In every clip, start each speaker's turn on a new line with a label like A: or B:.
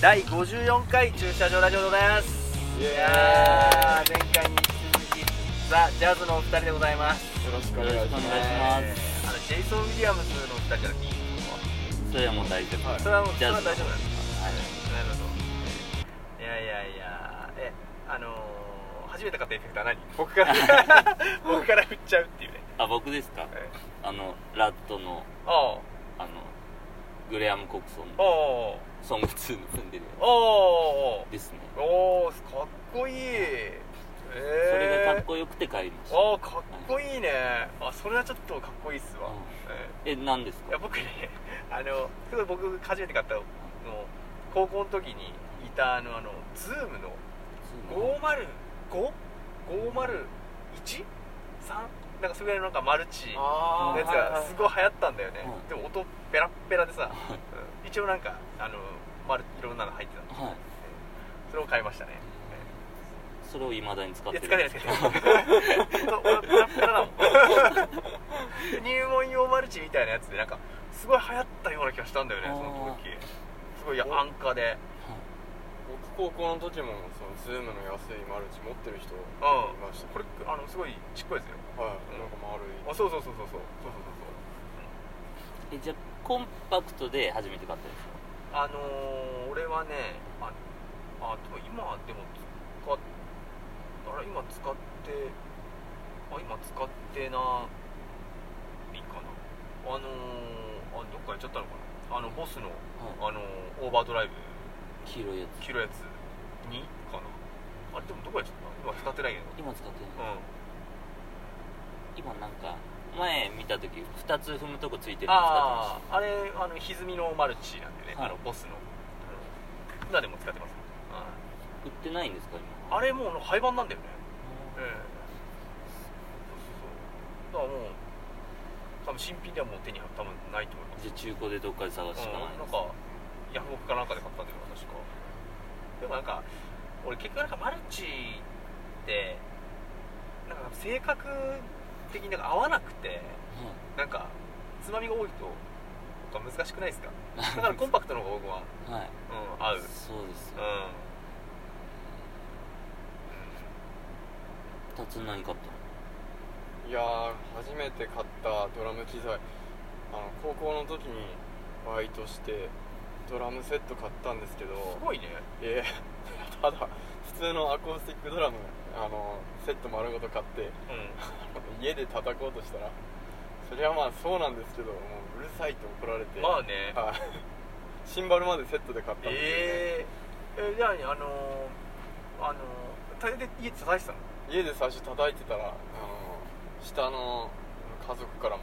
A: 第54回駐車場ラジオでございます
B: イ
A: い
B: エ
A: やー前回に引き続きザ・ジャズのお二人でございます
B: ーイよろしく
C: お願いします
A: おすあのジェイソン・ウィリアムズのお二人から聞いて
C: それはもう大丈夫、
B: はい
A: それはもうそ
C: ジ
A: れ
C: ャ
A: は
C: ズの
A: 大丈夫なんです
C: はい
A: かなるほどいやいやいやえあのー、初めて買ったエフェクター何 僕から 僕から振っちゃうっていうね
C: あ僕ですか
A: え
C: あのラッドの
A: あ
C: あのグレアム・コクソン
A: あ
C: の
A: ああ
C: 「ソング2」の踏んでる
A: おお
C: やつですね
A: おおーかっこいいえ
C: そ
A: ー、
C: れがかっこよくて買いました
A: あーかっこいいねあそれはちょっとかっこいいっすわ、
C: うん
A: え
C: え何です
A: ーいや
C: か
A: 僕ね あのすごい僕初めて買ったの高校の時にいたあのあのズームの 505?501?3? なんかそれぐらいのなんかマルチの
B: あ
A: やつがすごい流行ったんだよね、
C: うん
A: でも音ペラッペラでさ、
C: はい
A: うん一応なんかあのマルいろんなの入ってたの
C: はい
A: それを買いましたね
C: それをいまだに使っ
A: い
C: て
A: や
C: る
A: 使ってない使ってない俺ペラッペラだもん 入門用マルチみたいなやつでなんかすごい流行ったような気がしたんだよね
C: あー
A: その時すごい安価で
B: 僕高校の時もそのズームの安いマルチ持ってる人いました
A: これあのすごいちっこいですよ
B: はいなんか丸い
A: あそうそうそうそうそうそうそうそう
C: えじゃあコンパクトで初めて買ったんです
A: あ
C: か
A: のー、俺はねああでも今でも使っあれ今使ってあ今使ってないかなあのー、あどっか行っちゃったのかなあのボスの、あのーオーバードライブ
C: 黄色いやつ
A: 黄色いやつにかなあれでもどこ行っちゃった今使ってないけど
C: 今使って
A: う
C: ない、
A: ん
C: 今なんか前見た時2つ踏むとこついてるの
A: あああ
C: 使ってま
A: れあの歪みのマルチなんでね、
C: はい
A: あのボスのうん今でも使ってます、
C: した売ってないんですか
A: うん
C: 今
A: あれもう廃盤なんだよね
C: うん
A: ええそうそうそうだからもう多分新品ではもう手に多分ないと思います
C: じゃあ中古でどっかで探すしかない
A: うん、な
C: で
A: ん
C: す
A: かヤフオクかなんかで買ったんだけど確かでもなんか俺結局なんかマルチってなんか性格的になんか合わなくて
C: はい
A: なんかつまみが多いとなんか難しくないですかだからコンパクトの方が僕は、
C: はい
A: うん、合う
C: そうです
A: う
C: よ二つ何買ったの
B: いやー初めて買ったドラム機材あの高校の時にバイトしてドラムセット買ったんですけど
A: んすごいね
B: え ーただ普通のアコースティックドラムあのセット丸ごと買って
A: うん
B: あの家で叩こうとしたらそれはまあそうなんですけどもううるさいと怒られて
A: まあね
B: はいシンバルまでセットで買ったんですよ、ね
A: えー、えじゃあねあのー、あのー、大で家叩いてたの
B: 家で最初叩いてたらあの下の家族からも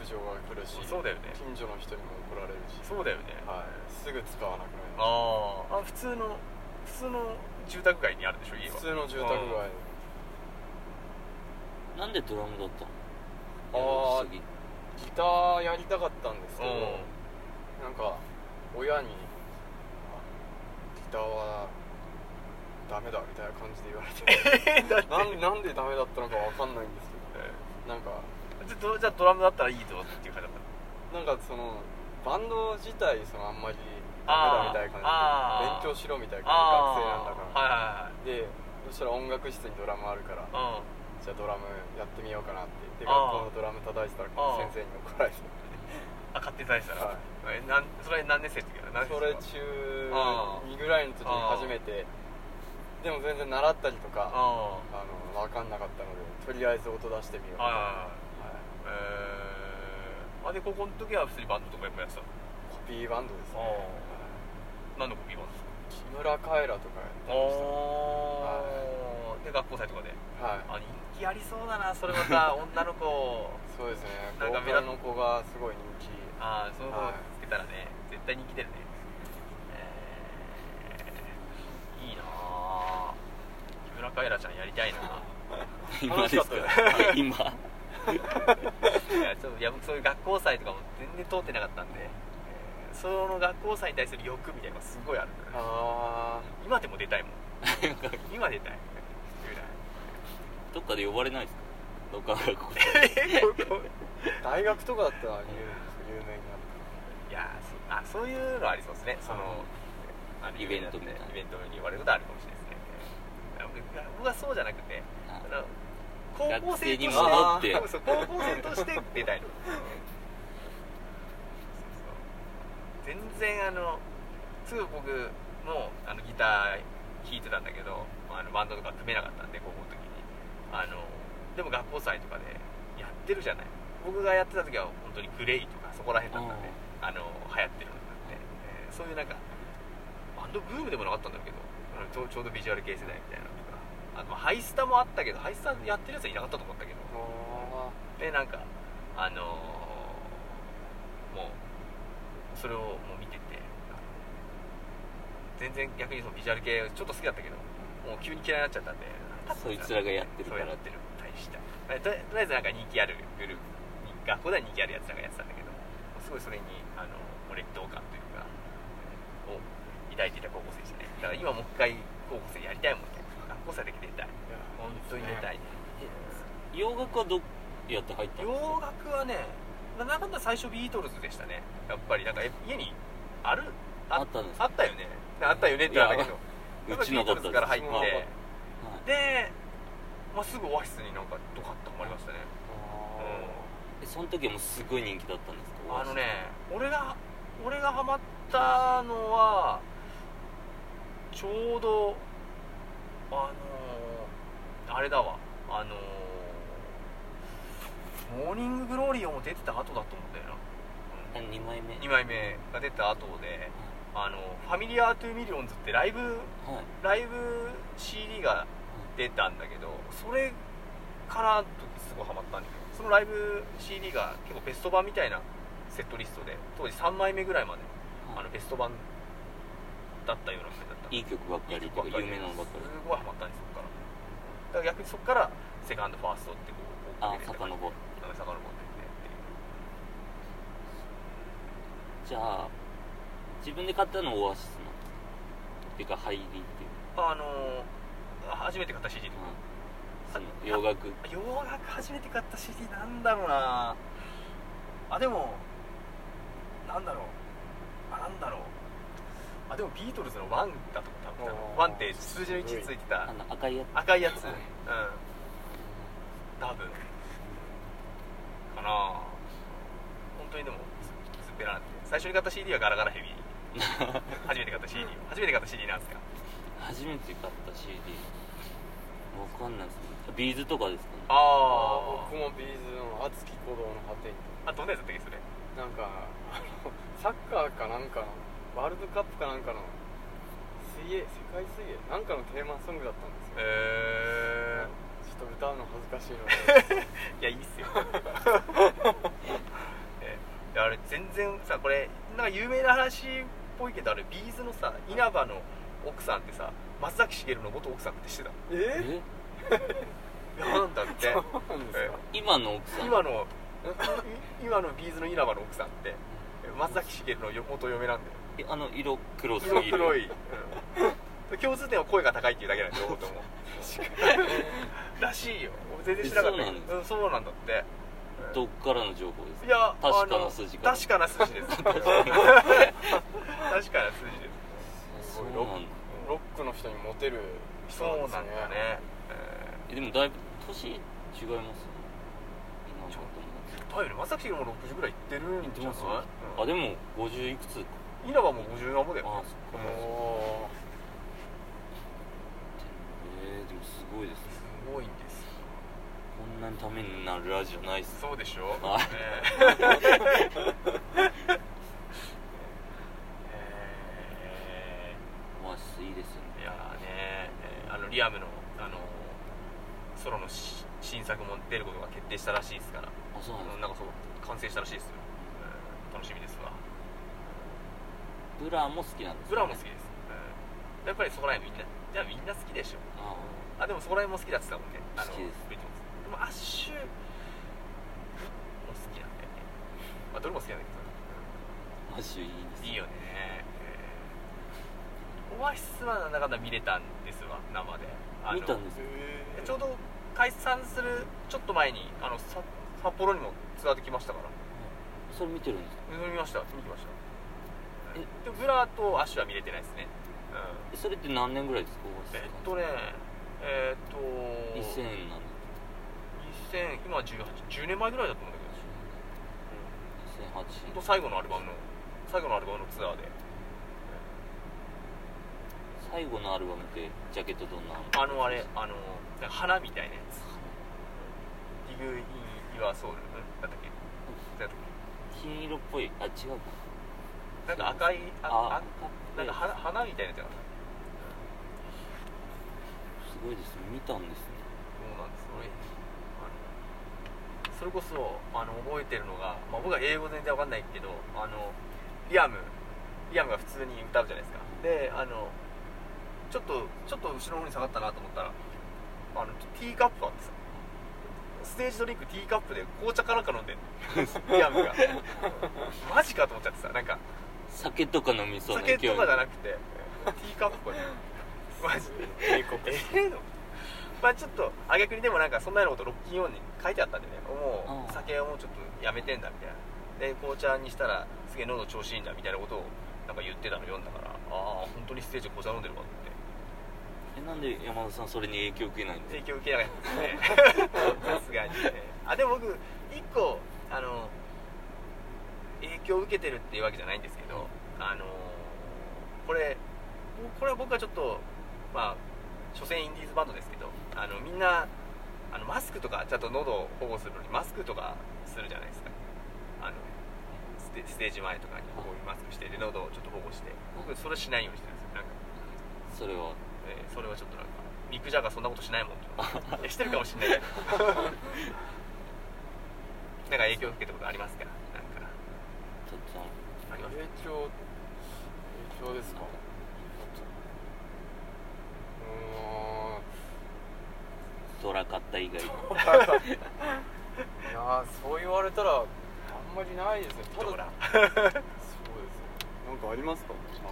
B: 苦情が来るし、
A: そうだよね
B: 近所の人にも怒られるし、
A: そうだよね
B: はい、すぐ使わなくなりま
A: あーあ普通の普通の住宅街にあるでしょ家
B: し
A: は
B: た普通の住宅街
C: なんでドラムだった
B: あー
C: のやりすぎ
B: ギターやりたかったんですけど、
A: う
B: なんか親に「ギターはダメだ」みたいな感じで言わ れて
A: んだって
B: なんなんでダメだったのかわかんないんですけ
A: え
B: どなんか
A: ーじゃあドじゃあドラムだったらいいぞっていう感じだったの
B: なんかそのバンド自体そのあんまりダメだ
A: あー
B: みたいな
A: あ
B: 感
A: ー
B: じで勉強しろみたいな
A: あ
B: 学生なんだ
A: ー
B: から
A: は
B: でそしたら音楽室にドラムあるから
A: いはいはいうん
B: じゃあドラムやってみようかなって言って
A: あ
B: 学
A: ー
B: 校のドラム叩いてたら
A: あー
B: 先生に怒られて
A: あ勝手に叩いてたら、
B: はい
A: えなんそれ何年生の時だ何
B: そ
A: 年
B: れ
A: 生
B: 中
A: あー
B: 2ぐらいの時に初めてでも全然習ったりとか
A: あ
B: あの分かんなかったのでとりあえず音出してみよう
A: あは
B: は
A: い
B: い
A: はいはいえー、あで高校の時は普通にバンドとかやっぱやってたの
B: コピーバンドですね
A: あー
B: は
A: 何のコピーバンドですか
B: い木村カエラとかやってまし
A: おーで学校祭とかで
B: たはい
A: あ人気ありそうだなそれま た女の子
B: そうですね
A: な
B: ボ
A: んか
B: ー
A: 目
B: カ
A: 立
B: ルの子がすごい人気
A: ああそういうの
B: はい
A: つけたらね絶対人気出るねえーいいなあ木村カエラちゃんやりたいな
C: 今
B: 楽
C: で
B: し
C: す
B: か
C: か
B: ったよ
C: はい今
A: いやちょっといや僕そういう学校祭とかも全然通ってなかったんで、えーその学校祭に対する欲みたいなのがすごいある
B: あ
A: 今でも出た いもん今出たい
C: どっかで呼ばれないですかどっかがここ
B: あ大学とかだったら有有名になる
A: いやーそあそういうのありそうですねそのあの
C: イベントみたいな
A: イベントに言われることあるかもしれないですねいや僕はそうじゃなくて
C: あ
A: あの高校生として
B: 学生に
C: 戻って
A: そう高校生として出たいのそうそう全然あのすぐ僕もあのギター弾いてたんだけどあのバンドとか組めなかったんで高校の時にあのでも学校祭とかでやってるじゃない僕がやってた時は本当にグレイとかそこら辺だったんであの流行ってるのがあって、えーそういうなんかバンドブームでもなかったんだけどあのちょうちょうどビジュアル系世代みたいなのとかあとまあハイスタもあったけどハイスタやってるやつはいなかったと思ったけどでなんかあのーもうそれをもう見てて全然逆にそのビジュアル系ちょっと好きだったけどもう急に嫌いになっちゃったんで
C: そいつらがやってるから
A: そうやってる大したえととりあえずなんか人気あるグループに学校では人気あるやつらがやってたんだけどすごいそれにあの劣等感というかを抱いていた高校生でしたねだから今もう一回高校生やりたいもんね学校生だけ出たい本当に出たいね
C: 洋楽はどうやって入ったん
A: 洋
C: ですか
A: 楽はねななんだかんだ最初ビートルズでしたねやっぱりなんかえ家にある
C: あったんですか
A: あったよねあったよねってあれだけどやっぱ
C: う
A: り
C: ち
A: ビ
C: な
A: ー
C: か
A: ト
C: っ
A: ルズか
C: たです
A: ら入って
B: うちのなかっ
C: はい
A: で、まあ、すぐオアシスになんかドカッとはまりましたね、う
C: えその時はもうすごい人気だったんです
A: ん、
C: か
A: あのね俺が俺がハマったのはちょうどあのーあれだわあのーモーニンググローリーをもう出てた後だと思うんだよな
C: あ二枚目
A: 2枚目が出た後で「あのファミリアー・トゥ・ミリオンズ」ってライブ
C: はい
A: ライブ CD が出たんだけどそれからの時すごいハマったんだけどそのライブ CD が結構ベスト版みたいなセットリストで当時3枚目ぐらいまであのベスト版だったような感じだった
C: いい曲ばっかりとか有名なのばっかり
A: すごいハマったんですそっからだから逆にそっからセカンドファーストってこう
C: あ
A: こう
C: 遡る
A: 遡ってっていう
C: じゃあ自分で買ったのオアシスなんですかっていうか入りっていう
A: あの初めて買った CD とか
C: その洋楽
A: 洋楽初めて買った CD なんだろうなあでもなんだろうあなんだろうあでもビートルズの「ワンだと思った
B: おー
A: ワンって数字の1ついてた
C: あの赤いやつ
A: 赤いやつう
C: は
A: ん
C: い
A: 多分かな本当にでもすすっぺらなくて最初に買った CD はガラガラヘビー初めて買った CD 初めて買った CD なんですか
C: 初めて買った CD わかんないですねビーズとかですかね
A: あ
B: あ僕
A: ー
B: もビーズの「熱き鼓動の果てに
A: あどんなやつだったっけそれ」
B: なんか あのサッカーかなんかのワールドカップかなんかの水泳世界水泳なんかのテーマソングだったんですよ、
A: え
B: ちょっと歌うの恥ずかしい の
A: い
B: で
A: やいいっすよ えいやあれ全然さこれなんか有名な話っぽいけどあれビーズのさ稲葉の奥さんってさ松崎しげるの元奥さんって知って
B: え
C: え
A: たいやなんだって
B: そうなんですか
C: 今の奥さん
A: 今のい今のビーズの稲葉の奥さんって松崎しげるの元嫁なんだよ
C: えあの色黒すぎ
A: 色
C: る
A: 黒い、うん共通点は声が高いっていうだけなんで両方とも らしいよ俺全然知らなかったけどうんそうなんだってうん
C: どっからの情報ですか
A: いや
C: 確か
A: あの
C: な筋から
A: 確かな筋 です確かな筋です
C: そうなんだ
B: ロックの人にモテる人
A: そう
B: なん
A: な
B: で
A: ん
B: す
A: だ
B: ね
A: ね、え
C: えでもだいぶ年違いますよね今の
A: ちょ
C: と思
A: っ
C: う
A: ー、太陽まさきも60ぐらいいってるん
C: 言って
A: じゃない
C: ますよあでも50いくつか
A: うん稲葉も50何もだよ
C: あ
A: ね
C: そっか
A: う
B: お
A: ん
B: お
C: えー、でもすごいですね
A: すごいんですよ
C: こんなにためになるラジオないっす
A: そうでしょ
C: あ
A: ねえ
C: オアシスいいですよ
A: えーい
C: ね
A: やーねえーあのリアムのあのソロのし新作も出ることが決定したらしいですから
C: あそうなんですか
A: なんかそう完成したらしいですよ、うん楽しみですわ
C: ブラも好きなんです
A: ブラも好き
C: き
A: です、うんやっぱりそこら辺みんなじゃあみんな好きでしょ
C: あ
A: あでもそこら辺も好きだって言ってたもんねあの
C: 好きです
A: ブリトンズでもアッシュも好きなんだよね、まあ、どれも好きなんだ
C: あマジいいです
A: けどいいよね、えーオアシスはなんだかんだ見れたんですわ生であの
C: 見たんですよ
A: ちょうど解散するちょっと前にあのさ札幌にもツアーで来ましたから
C: それ見てるんですか
A: 見ました見に来ました
C: え
A: でブラとアッシュは見れてないですね
C: あ
A: うん
C: それって何年ぐらいですか
A: えっとねえっと
C: 2000なんだ
A: 2000今18 10年前ぐらいだと思うんだけど本当
C: 2008
A: 最後のアルバムの最後のアルバムのツアーで
C: 最後のアルバムってジャケットどんな
A: あのあれあのなんか花みたいなやつ「ディグ・イン・ユア・ソウル」なんだっけなんだっ
C: 金色っぽいあ違うか
A: けなんか赤い
C: あ
A: ああなんか花花みたいなやつが
C: すごいですね見たんですね
A: そうなんです俺あのそれこそあの覚えてるのが、まあ、僕は英語全然わかんないけどあのリアムリアムが普通に歌うじゃないですかであのちょっとちょっと後ろの方に下がったなと思ったらあのティーカップあってさステージドリンクティーカップで紅茶かなんか飲んでんの リアムがマジかと思っちゃってさなんか
C: 酒とか飲みそうな
A: 酒とかじゃな
C: く
A: くてティーカップにマジでええのまあちょっとあ逆にでもなんかそんなようなことロッキンオンに書いてあったんでねも
C: う
A: うん酒をもうちょっとやめてんだみたいなで紅茶にしたらすげえ喉調子いいんだみたいなことをなんか言ってたの読んだからああ本当にステージで紅茶飲んでるわって
C: えなんで山田さんそれに影響受けないんで
A: 影響受けなかったですねさすがにねあでも僕一個あの影響を受けてるっていうわけじゃないんですけどあのこれこれは僕はちょっとまあ所詮インディーズバンドですけどあのみんなあのマスクとかちゃんと喉を保護するのにマスクとかするじゃないですかあのステステージ前とかにこういうマスクしてで喉をちょっと保護して僕それしないようにしてるんですよなんか
C: それは
A: えーそれはちょっとなんか肉じゃがそんなことしないもん ってえしてるかもしんないけどなんか影響を受けたことありますかなんか
C: ちょ
A: あ
C: っと
A: ります
B: 影響影響ですかう
C: ドラ買った以 外に
B: ーんいやーそう言われたらあんまりないですねただ
A: ドラ
B: そうですねなんかありますか誠さ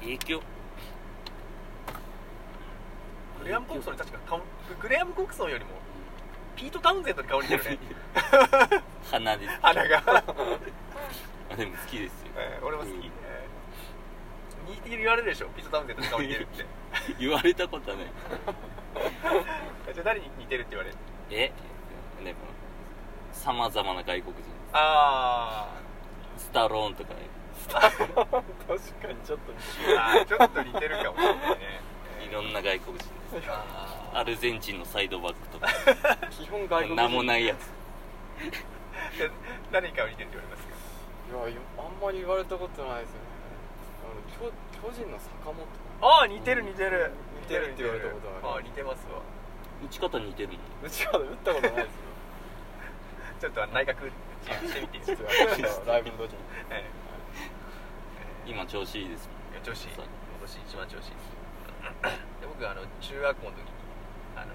C: 影響
A: グレアム・コークソンに確か顔グレアム・コークソンよりもピート・タウンゼントに顔似てるね
C: 鼻です
A: 鼻が、
C: あでも好きですよ
A: えー俺も好き、
C: うん
A: えー似てる言われるでしょピート・タウンゼントに顔似てるって
C: 言われたことはない
A: じゃあ誰に似てるって言われる
C: えでもさまざまな外国人
A: あー
C: スタローンとか
B: ん確かにちょっと
A: あーちょっと似てるかもしれないね
C: いろんな外国人ですアルゼンチンのサイドバックとか
B: 基本外国人
C: 名もないやつ
A: で 誰に顔似てるって言われますか
B: いやいあんまり言われたことないですよねあの巨巨人の坂 本
A: ああ似てる似てる
B: 似てるって言われたこと
A: あ
B: あ
A: あ
B: る
A: 似てますわ
C: 打ち方似てるもん
B: うちは打ったことないですよ
A: ちょっと内閣チームしてみていい ですか
B: ライブの時に
A: ええ
C: 今調子いいですもん
A: ええ調子いい今年一番調子いいですで僕あの中学校の時にあの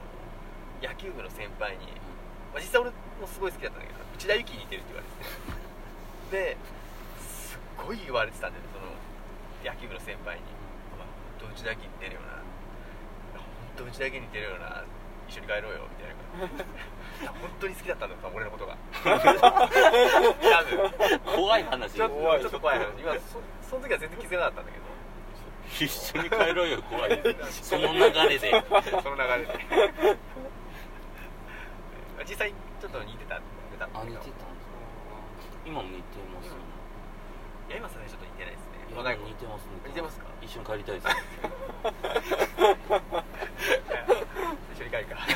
A: 野球部の先輩に、まあ、実際俺もすごい好きだったんだけど内田有紀に似てるって言われててですっごい言われてたんだよねその野球部の先輩に「お前ほんと内田有紀に似てるよな」本当うちだけ似てるよな一緒に帰ろうよみたいな本当に好きだったんだと俺のことが多分
C: 怖い話
A: ちょっ
B: 怖
A: と
B: い
A: ちょっと怖い話今そその時は全然気づかなかったんだけ
C: 一緒に帰ろうよ怖い その流れで
A: どその流れで実際ちょっと似てた似てたんだ
C: あ
A: け
C: 似
A: ど
C: てたんです今も似てますね
A: いや今さねちょっと似てないですね
C: い
A: 若
C: や
A: い
C: 似てますね
A: 似てますか
C: 一緒に帰りたい ですね
A: 子 一緒に帰るか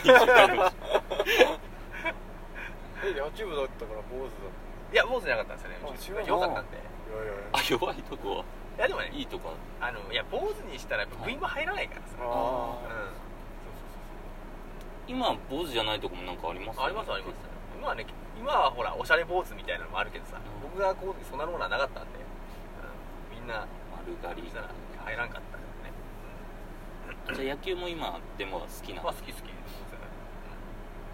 B: え野球部だったから坊主だっ
A: いや坊主じゃなかったんですよね
B: あ違う
A: 弱かったんで
B: たいやいやいや
C: あ弱いとこはい
A: やでもね
C: いいとこ
A: あのいや坊主にしたらやっぱ部員も入らないからさ、うん
B: あ
C: 今坊主じゃないとこもなんかありますよね
A: ありますあります今はね今はほらおしゃれ坊主みたいなのもあるけどさ、
C: うん
A: 僕がこうそんなものはなかったんで、うんみんな
C: 丸刈り
A: したら入らんかったからね、
C: じゃあ野球も今でも好きな
A: まあ好き好きですよね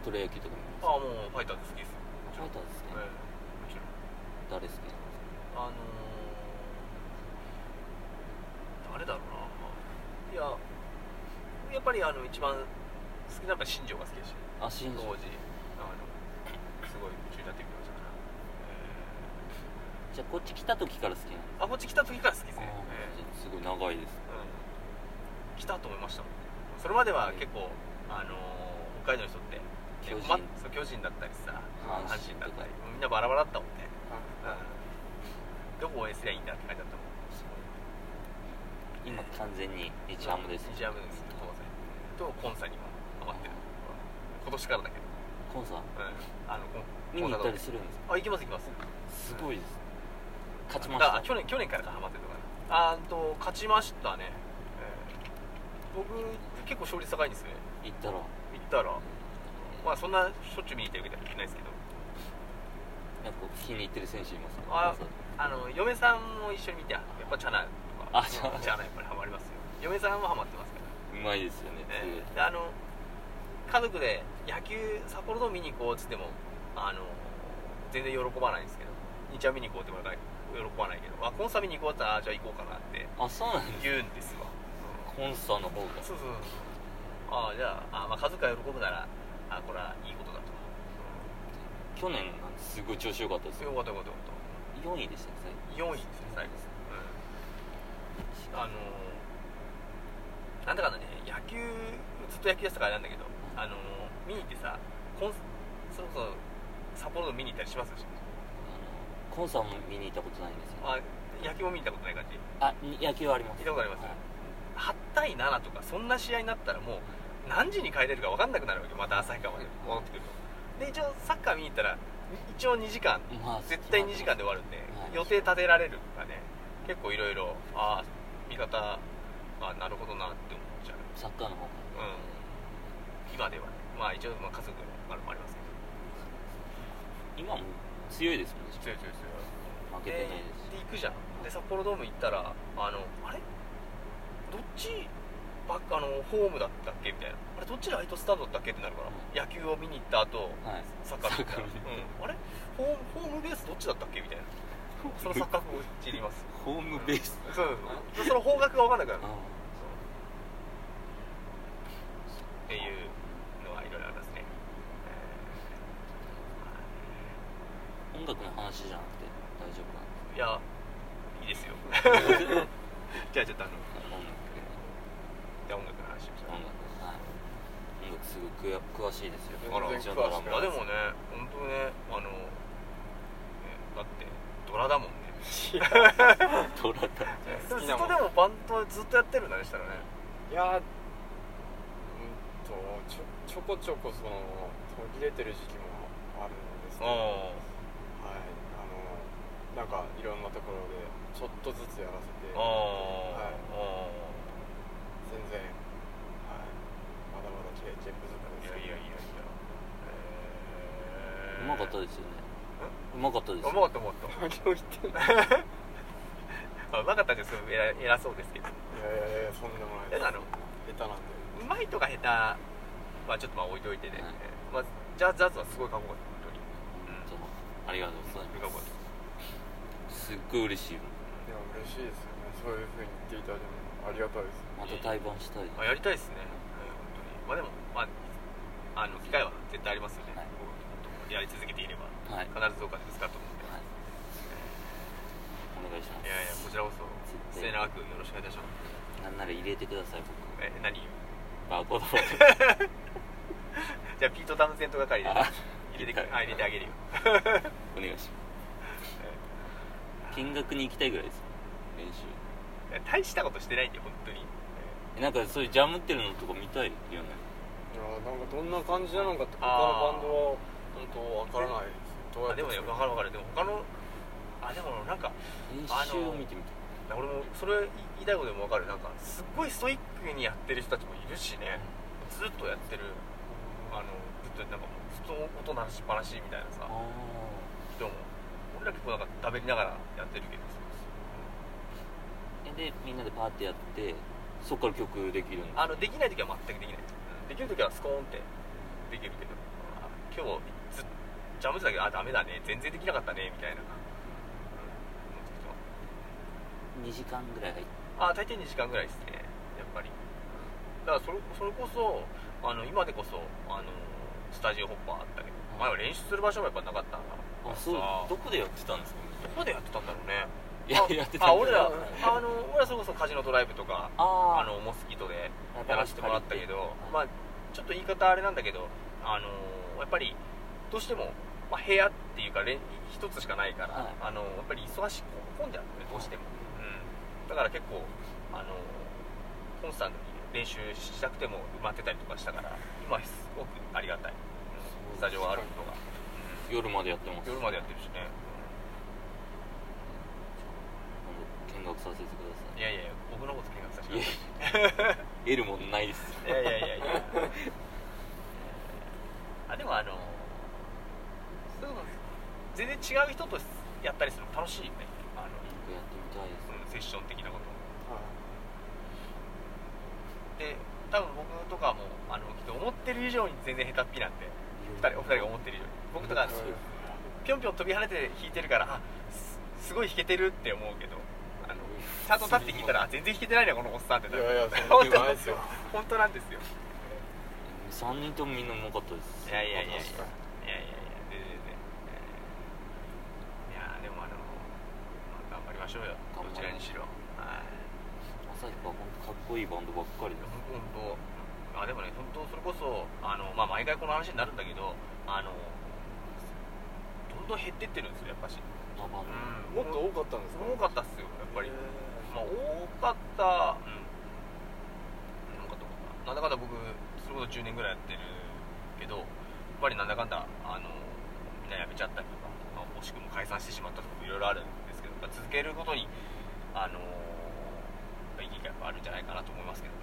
C: プロ野球とか
A: あ
C: も
A: あもうファイターズ好きですよ、
C: ファイターズですね
A: ええもちろん
C: 誰好き
A: あのー、誰だろうないややっぱりあの一番好きなのはやっぱ新庄が好きでし
C: なのあ新
A: 当
C: 庄
A: 時あのすごい夢中になってくれましたから、え
C: じゃあこっち来た時から好きなんです
A: あこっち来た時から好きです
C: ね
A: ね、え
C: すごい長いです
A: えうん、来たと思いましたもんそれまでは結構、あのー北海道の人って、ね
C: 巨人
A: まそう巨人だったりさ
C: 阪
A: 阪神
C: 神
A: だ
C: と
A: った
C: か
A: りみんなバラバラだったもんね、
B: あ
A: うん、どこ応援すりゃいいんだって感じだったもん
C: 今完全に日ハムです
A: 日ハムです当然とコンサにもハマってる今年からだけど、
C: コンサート
A: うん、あのコン
C: 見に
A: コ
C: 行った
A: ン
C: り
A: サ
C: するんですか
A: ートあ行きます行きます
C: すごいです勝ちました
A: あ去年去年からかハマってるのかなあーんと勝ちましたね、えー僕結構勝率高いんですよね
C: 行ったら
A: 行ったらまあそんなしょっちゅう見に行ってるわけじゃないですけど
C: なんか気に入ってる選手いますか
A: ああの嫁さんも一緒に見てやっぱチャナとか
C: あチャナ
A: うんやっぱりハマりますよ嫁さんもハマってますから
C: うまいですよね
A: えー
C: すごい
A: であの家族で野球札幌ドーム見に行こうっつってもあの全然喜ばないんですけど日曜見に行こうって言われたら喜ばないけどあコンサ見に行こうって言ったらあじゃあ行こうかなって
C: あそうなんです
A: 言うんですわ
C: コンサートの方が
A: そうそうそうあじゃああ、まあ、家族が喜ぶならあこれはいいことだと
C: 去年なんてすごい調子良かったです
A: よか
C: よ
A: ったよかったよか
C: 4位でしたね
A: った4
C: 最
A: 位ですね最後うんあのーなんだかんだね野球ずっと野球やってたからあれなんだけどあのー見に行ってさコンそれこそ札幌の見に行ったりしますでしょ
C: あのコンサートも見に行ったことないんですよ
A: あ野球も見に行ったことない感じ
C: あに野球はあります
A: 見たことあります
C: はい
A: 8対7とかそんな試合になったらもう何時に帰れるか分かんなくなるわけまた旭川まで戻ってくるとで一応サッカー見に行ったら一応2時間
C: まあ
A: 絶対2時間で終わるんで
C: はい
A: 予定立てられるとかね結構いろいろああ見方あなるほどなって思っちゃう
C: サッカーの方が
A: 今ではねまあ一応まあ家族のあれもありますけど
C: 今も強いですもんね
A: 強い強い強い
C: 負けて
A: で
C: ないです
A: で
C: し
A: 行くじゃんで札幌ドーム行ったらあのあれどっちバックあのホームだったっけみたいなあれどっちライトスタンドだったっけってなるから、野球を見に行った後
C: はい
A: サッカー見に行ったら、
C: サッカ
A: う
C: ー
A: ん、あれホームホームベースどっちだったっけみたいなその錯覚を知ります
C: ホームベース
A: そうそうその方角が分かんなくなるっ
C: あ
A: ていうのはいろいろありますね、
C: 音楽の話じゃなくて大丈夫か
A: えーいやいいですよじゃあちょっとあの
C: な音楽
A: じゃあ音楽の話しましょう
C: 音楽はい音楽すごい詳詳しいですよ
A: あら
B: 全然詳しく
C: ド
A: いや
C: ラム
A: でもね本当ねあのねだってドラだもんね
C: ドラだ
A: ずっと
B: 好き
A: で
B: なもん
A: もバンドずっとやってるんだねしたらね
B: いやーうんとちょちょこちょこその途切れてる時期もあるんですけどはい
A: あ
B: あのなんかいろんなところでちょっとずつやらせて
A: ああ
B: はい
A: あ
B: 全然はいまだまだ経験不
A: あい
B: 足
A: やいやい
B: です
A: やいや
C: うまかったですよねうまかったです
A: 思うと思うと
B: 何を言ってんのい
A: あうまかったですよ偉偉そうですけど
B: やいやいやそんでもないで
A: え
B: す
A: なの
B: 下手なんで
A: うまいとか下手はちょっとまあ置いといてね、
C: は
A: まあ、
C: い
A: ジャズはすごいかっこよかった本
C: ちょっとありがとうござい
A: 当にかっこよかっ
C: ますすっごい嬉し
B: い
C: い
B: や嬉しいですよねそういうふうに言っていただいてもありがたいです
C: また対バンしたい
A: たあやりたいですね、うん本当にまあでも、まあ、あの機会は絶対ありますよね、
C: はい
A: やり続けていれば
C: はい、はい、
A: 必ずどうかで見つかると思うんで、
C: お願いしま
A: い、やいやこちらこそ
C: す
A: 末永くよろしくお願いいたします
C: なんなら入れてください僕
A: え何
C: バーコードを
A: じゃあピート・ダムセント係で
C: あ
A: 入れてくあ入れてあげるよ
C: お願いします見学に行きたいぐらいです練習
A: いや大したことしてないんで本当に
C: えなんかそういうジャムってるのとか見たいよね
B: いやーなんかどんな感じなのかって他のバンドは本当わからないですどうや
A: あ
B: って
A: でもね分かる分かるでも他のあでもなんか
C: 練
A: あの
C: 習を見てみたい
A: 俺もそれ言いたいことでも分かるなんかすっごいストイックにやってる人たちもいるしねずっとやってるあのずっとなんかもうずっと音鳴らしっぱなしみたいなさ
C: あ
A: 人も俺ら結構なんか食べりながらやってるけどさ
C: ーえでみんなでパーティーやってそっから曲できるん
A: あ
C: だ
A: のできない時は全くできないできる時はスコーンってできるけどあ今日ずジャムズだけどあダメだね全然できなかったねみたいな、うん
C: 2時間ぐらい入って
A: あ大抵2時間ぐらいですねやっぱりだからそれそれこそあの今でこそあのスタジオホッパーあったけど前は練習する場所もやっぱなかったから
C: あそ
A: さ
C: ど
A: ど
C: こでやってたんですか
A: こでやってたんだろうね
C: いや
A: あ
C: やって
A: あ
C: たんだ
A: 俺ら
B: うん
A: あの俺らそれこそカジノドライブとかあ
C: ああ
A: のモスキートでや
C: 新
A: ら
C: し
A: せて
C: く借
A: もら
C: りて
A: ったけど
C: うん
A: まあちょっと言い方あれなんだけどあのーやっぱりどうしても、まあ、部屋っていうかれん一つしかないから、
C: はい
A: あのーやっぱり忙しく混んじゃうのねどうしても、うん、だから結構あのーコンスタントに練習しなくても埋まってたりとかしたから今すごくありがたい、うんスタジオがあることが、う
C: 夜までやってま
A: ん
C: す
A: 夜までやってるしね、
C: 見学させてくださ
A: いやいやいや僕のこと見学させてください
C: い得るもんないです
A: いやいやいやいやあでもあのそうなんです全然違う人とやったりするの楽しいよねあの、
C: なんかやってみたいです
A: うんセッション的なこと
B: は
A: で多分僕とかもあのきっと思ってる以上に全然下手っぴなんで二人お二人が思ってる以上に僕とか
B: い
C: そう
A: ぴょんぴょん飛び跳ねて弾いてるからあすすごい弾けてるって思うけどあのちゃんと立って弾いたらあ全然弾けてないねこのおっさんって
B: い
A: なる
B: やい やそ
A: 本
B: んな
A: 当
B: ことな
A: ないん
B: で
A: ですすよ
B: よ
A: 本当なんですよ
C: 3人ともみんなうまかったです
A: いやいやいやいや
C: 確かに
A: いやいやいや全然全然いやでもあの、まあ、頑張りましょうよ
C: 頑張り
A: どちらにしろはい
C: 朝日は本当かっこいいバンドばっかりです
A: 本当あでもね本当それこそあの、まあ、毎回この話になるんだけどあのどんどん減ってってるんですよやっぱし、
C: なバン
B: もっと多かったんですか
A: 多かったっすよやっぱり、まあ、多かった、うん、なんかとかなんだかんだ僕それこそ10年ぐらいやってるけどやっぱりなんだかんだあのみんな辞めちゃったりとか、まあ、惜しくも解散してしまったとかいろいろあるんですけどやっぱ続けることにあの意義がやっぱあるんじゃないかなと思いますけどね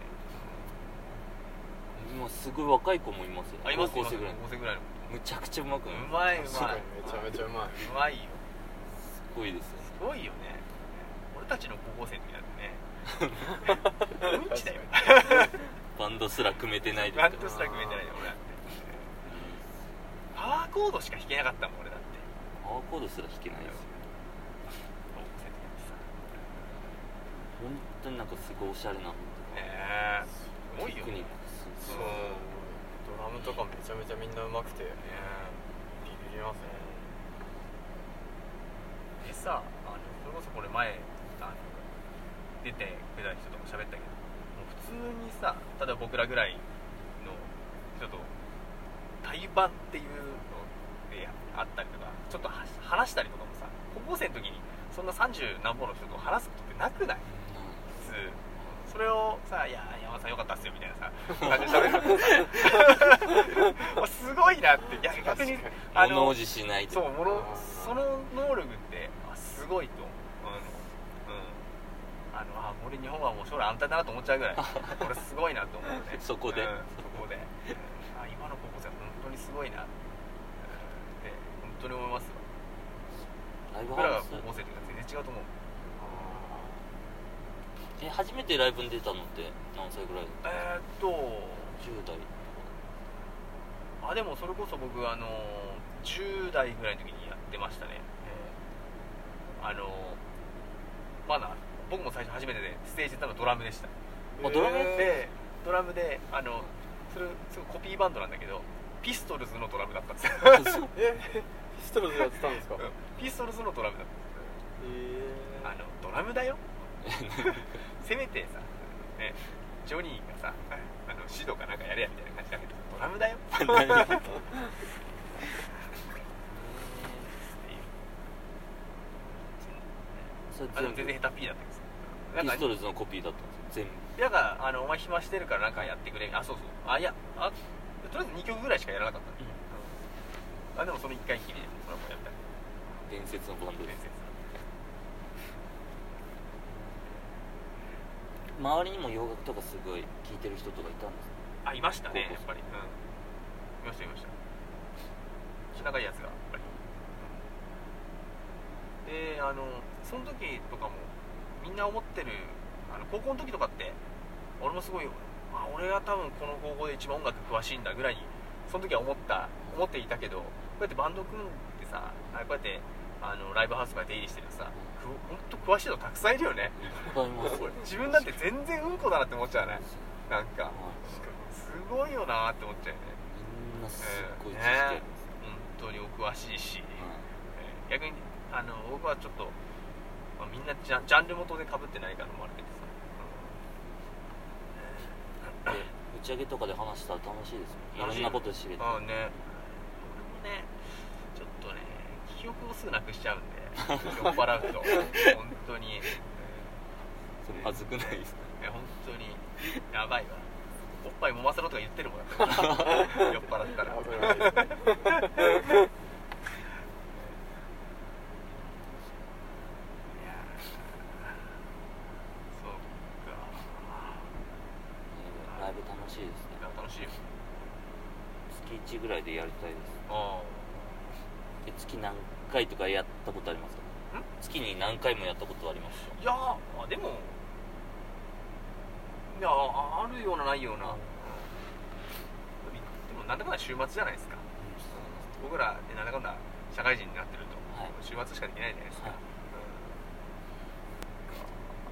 C: ド今すごい若い子もいますよ
A: あいます
C: 高校生ぐらいの
A: 高校生ぐらいの
C: むちゃくちゃうまくないう
A: まいう
B: 確
A: ま
B: か
A: い
B: にめちゃめちゃうまいう
A: まいよ
C: すごいですよ
A: すごいよね俺たちの高校生の時だって ねうんちだよ
C: バンドすら組めてないです
A: バ
C: か
A: ン
C: ら
A: ドスタッフみたいな俺だってパワーコードしか弾けなかったもん俺だって
C: パワーコードすら弾けないですよ本当になんかすごいおしゃれな
A: ねえすごい
C: テ
A: よ
C: ク
A: ね
C: ニックす
B: そう
C: ご
B: ド
C: い
B: ラムとかめちゃめちゃみんなうまくてビビりますね
A: えでさあのそれこそこれ前あの出てくれた人とも喋ったけどもう普通にさただ僕らぐらいの人と対バンっていうのであったりとかちょっとは話したりとかもさ高校生の時にそんな30何本の人と話すことってなくない普通それをさ「いやー山田さんよかったっすよ」みたい なさ感じで喋るのもうす ごいなっていや逆に
B: 確かに
A: あ
C: 物
A: の
C: おじしない
A: そうもの
B: あー
A: その能力ってあすごいと思うあの、うん、あのあ俺日本はもう将来安泰だなと思っちゃうぐら い俺すごいなと思うね
C: そこで
A: うんそこでうんあ今の高校生は本当にすごいなうんって本当に思いますよ
C: ライブ
A: 僕ら
C: ハ
A: が
C: ウス
A: 高校生とか全然違うと思う
C: え初めてライブに出たのって何歳ぐらい
A: えー、っと
C: 10代
A: あでもそれこそ僕あの10代ぐらいの時にやってましたね、えーあのまだ僕も最初初めてでステージでたのドラムでした
C: あド ラムや
B: っ
A: でドラムであのそれすごいコピーバンドなんだけどピストルズのドラムだったんですよ
B: えピストルズやってたんですか
A: うんピストルズのドラムだった
B: え
A: あのドラムだよせめてさ、ね、ジョニーがさあのシドかなんかやれやみたいな感じだけどドラムだよ
C: それ
A: あでも
C: 全
A: 全然下
C: 部
A: 手っぴーだったんです
C: ピストルズのコピーだったんですよ全部
A: だからあのお前暇してるからなんかやってくれあそうそうあいやあとりあえず2曲ぐらいしかやらなかった、
C: うん
A: あでもその1回きりでその子やったり
C: 伝説のバンドで
A: 伝
C: す
A: 説
C: 周りにも洋楽とかすごい聴いてる人とかいたんです
A: あいましたね
C: 高
A: やっぱり
C: 校
A: うんいましたいました仲いいやつがやっぱりであのその時とかもみんな思ってるあの高校の時とかって俺もすごいあ俺が多分この高校で一番音楽詳しいんだぐらいにその時は思った思っていたけどこうやってバンド組んでさあこうやってあのライブハウスとか出入りしてるとさくほんと詳しい人たくさんいるよね
C: いっぱいいますよ
A: 自分なんて全然うんこだなって思っちゃうねなんか
C: はい
A: すごいよなって思っちゃうよね
C: みんなすっごい知識あります
A: 本当にお詳しいし、
C: は
A: え
C: い
A: 僕はちょっと、まあ、みんなジャンジャンル元でかぶってないからもあるけどさ、
C: で打ち上げとかで話したら楽しいですよい
A: 楽
C: ろ
A: しい
C: んなこと知れて
A: ああね俺もねちょっとね記憶をすぐなくしちゃうんで酔っ払うと本当に
C: それまずくないですか
A: いや本当にやばいわおっぱい揉ませろとか言ってるもんだって酔っ払ったら
B: 危ないですね
A: そうか
C: えーライブ楽しいですね
A: いや楽しいよ
C: 月1ぐらいでやりたいです
A: あ
C: え月何回とかやったことありますか
A: ん
C: 月に何回もやったことあります
A: あいやあでもいやああるようなないような、うんでもなんだかんだ週末じゃないですか僕らねなんだかんだ社会人になってると、
C: はい
A: 週末しかできないじゃないですか、
C: はい
A: うん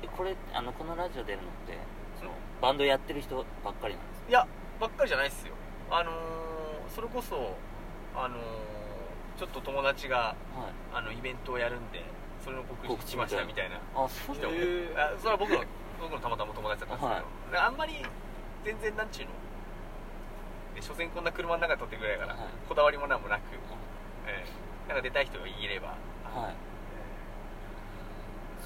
C: えこれあのこのラジオ出るのってそのバンドやってる人ばっかりなんですか
A: いやばっかりじゃないですよあのーそれこそあのーちょっと友達が
C: はい
A: あのイベントをやるんでそれの告知しましたみたいな
C: あそう
A: 人
C: だ
A: も、
B: へー
A: あそれは僕の 僕のたまたま友達だったんですけど、で
C: は
A: あんまり全然なんちゅうので所詮こんな車の中撮ってくれやから、
C: はい
A: こだわりもなんもなく、ええなんか出たい人がいれば、
C: はい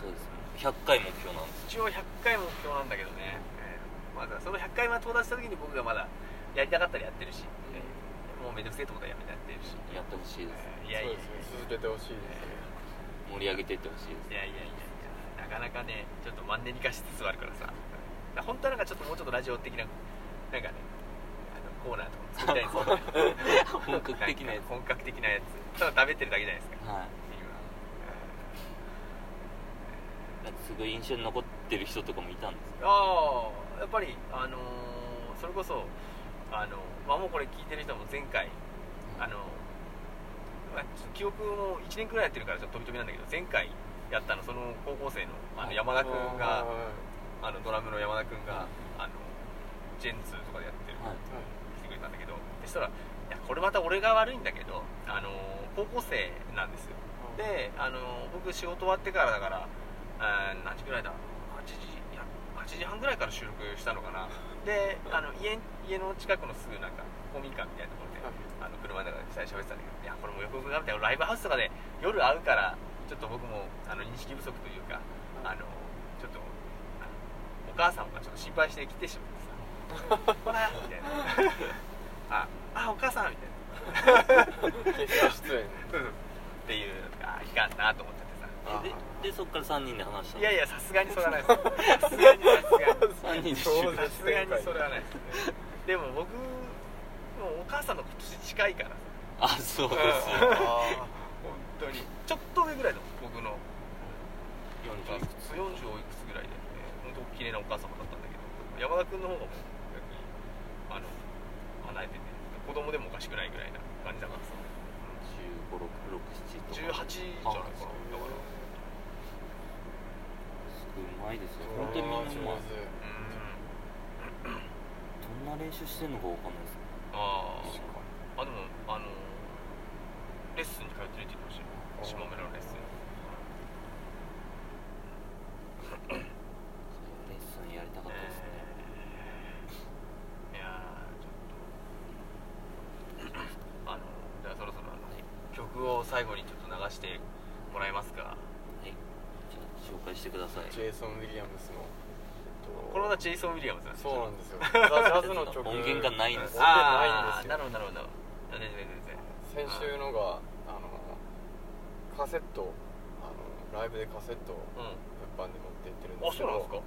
C: そうですね100回目標なんです
A: 一応100回目標なんだけどね、ええまだその100回目到達した時に僕がまだやりたかったらやってるし、ええもうめんどくせえと思ったらやめてやってるし、
C: やってほしいです
A: ええいやいやい
B: そうですね続けてほしいですね
C: 盛り上げていってほしいです
A: やいやいやいやなかなかねちょっとマンネリ化しつつあるからさだから本当はなんかちょっともうちょっとラジオ的ななんかねあのコーナーとかも作りたいんですけど、
C: 本格的なや
A: 本格的なやつただ食べてるだけじゃないですか
C: つはいなんかすごい印象に残ってる人とかもいたんですか
A: ああやっぱりあのーそれこそあのまあもうこれ聞いてる人も前回あの、まあ、ちょっと記憶も1年くらいやってるからちょっと飛び飛びなんだけど前回やったのその高校生のあの山田君が
B: は
A: あのドラムの山田君があのジェンツーとかでやってる、
C: は
B: い
C: い
B: は
A: 来
B: い
A: てくれたんだけどそしたらいやこれまた俺が悪いんだけどあの高校生なんですよであの僕仕事終わってからだからあー何時ぐらいだ8時いや8時半ぐらいから収録したのかなであの家家の近くのすぐなんか公民館みたいなところで
B: は
A: あ
B: い
A: の車の中で2人喋ってたんだけどいやこれもよくよく考えたらライブハウスとかで夜会うからちょっと僕もあの認識不足というかあのちょっとあのお母さんがちょっと心配して来てしま ってさ「ほら」みたいな「ああお母さん」みたいな
B: 結果出演
A: っていうあいかんなと思っててさ
B: あ
C: えででそっから3人で話したん
A: いやい
C: や
A: やさすがにそれはないですさすがにさすがに
C: 3人で集
B: そう
C: 合
A: さすがにそれはないですねでも僕もうお母さんの今年近いからさ
C: あそうですよ
B: あ
A: 本当にちょっと上ぐらいだもん僕の
C: 40いくつ
A: 40をいくつぐらいで、本当綺麗なお母様だったんだけど山田君の方がもう逆にあの離れてて子供でもおかしくないぐらいな感じだからさ
C: 1567
A: 18
C: とか
A: じゃないかなだか
C: あ
A: ら
C: すごいうまいですよ
B: ー
C: 本当にみんなうまい
B: 上
A: うん
C: どんな練習してんのかわかんないです
A: あ
B: 手
A: ああでもあのレッスンに通ってるって言ってましたよ下村のレッスン
C: レッスンやりたかったですね
A: いやーちょっとあのじゃあそろそろあの、曲を最後にちょっと流してもらえますか
C: はいじゃあ紹介してください
B: ジェイソン・ウィリアムスのえっと
A: これはジェイソン・ウィリアムズなんですよ
B: そうなんですよザ・ジャズの曲
C: 音源がないんで
B: 音
C: す
B: 源な
A: あ
B: いんです
A: ー
B: よ
A: なるほどなるほど全然全然
B: 先週のがあのカセットあのライブでカセットを
A: う
B: 物販で持って行ってるんですけど
A: あ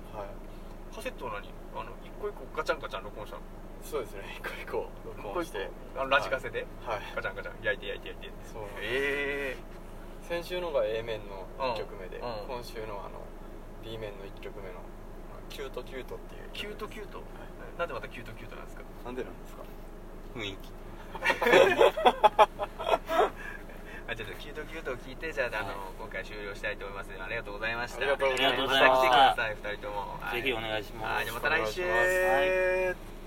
A: そうなんですんカ
B: はい
A: セットを何あの一個一個ガチャンガチャン録音したの
B: そうですね一個一個録音して
A: あのラジカセで、
B: はい
A: ガチャンガチャン焼いて焼いて焼いて
B: そうなんです
A: え
B: 先週のが A 面の1曲目
A: う
B: で、
A: ん
B: 今週のあの B 面の1曲目の「キュートキュート」っていう
A: ー、キュートキュート、なんでまたキュートキュートなんですか
B: なんでなんですか
C: 雰囲気
A: あじゃあキュートキュートを聞いてじゃああの、
C: はい
A: 今回終了したいと思いますありがとうございました
B: ありがとうございました
A: 来てください二人とも
C: ぜひお願いしま
A: は
C: す
A: いじゃあまた来週
B: お願いします
C: は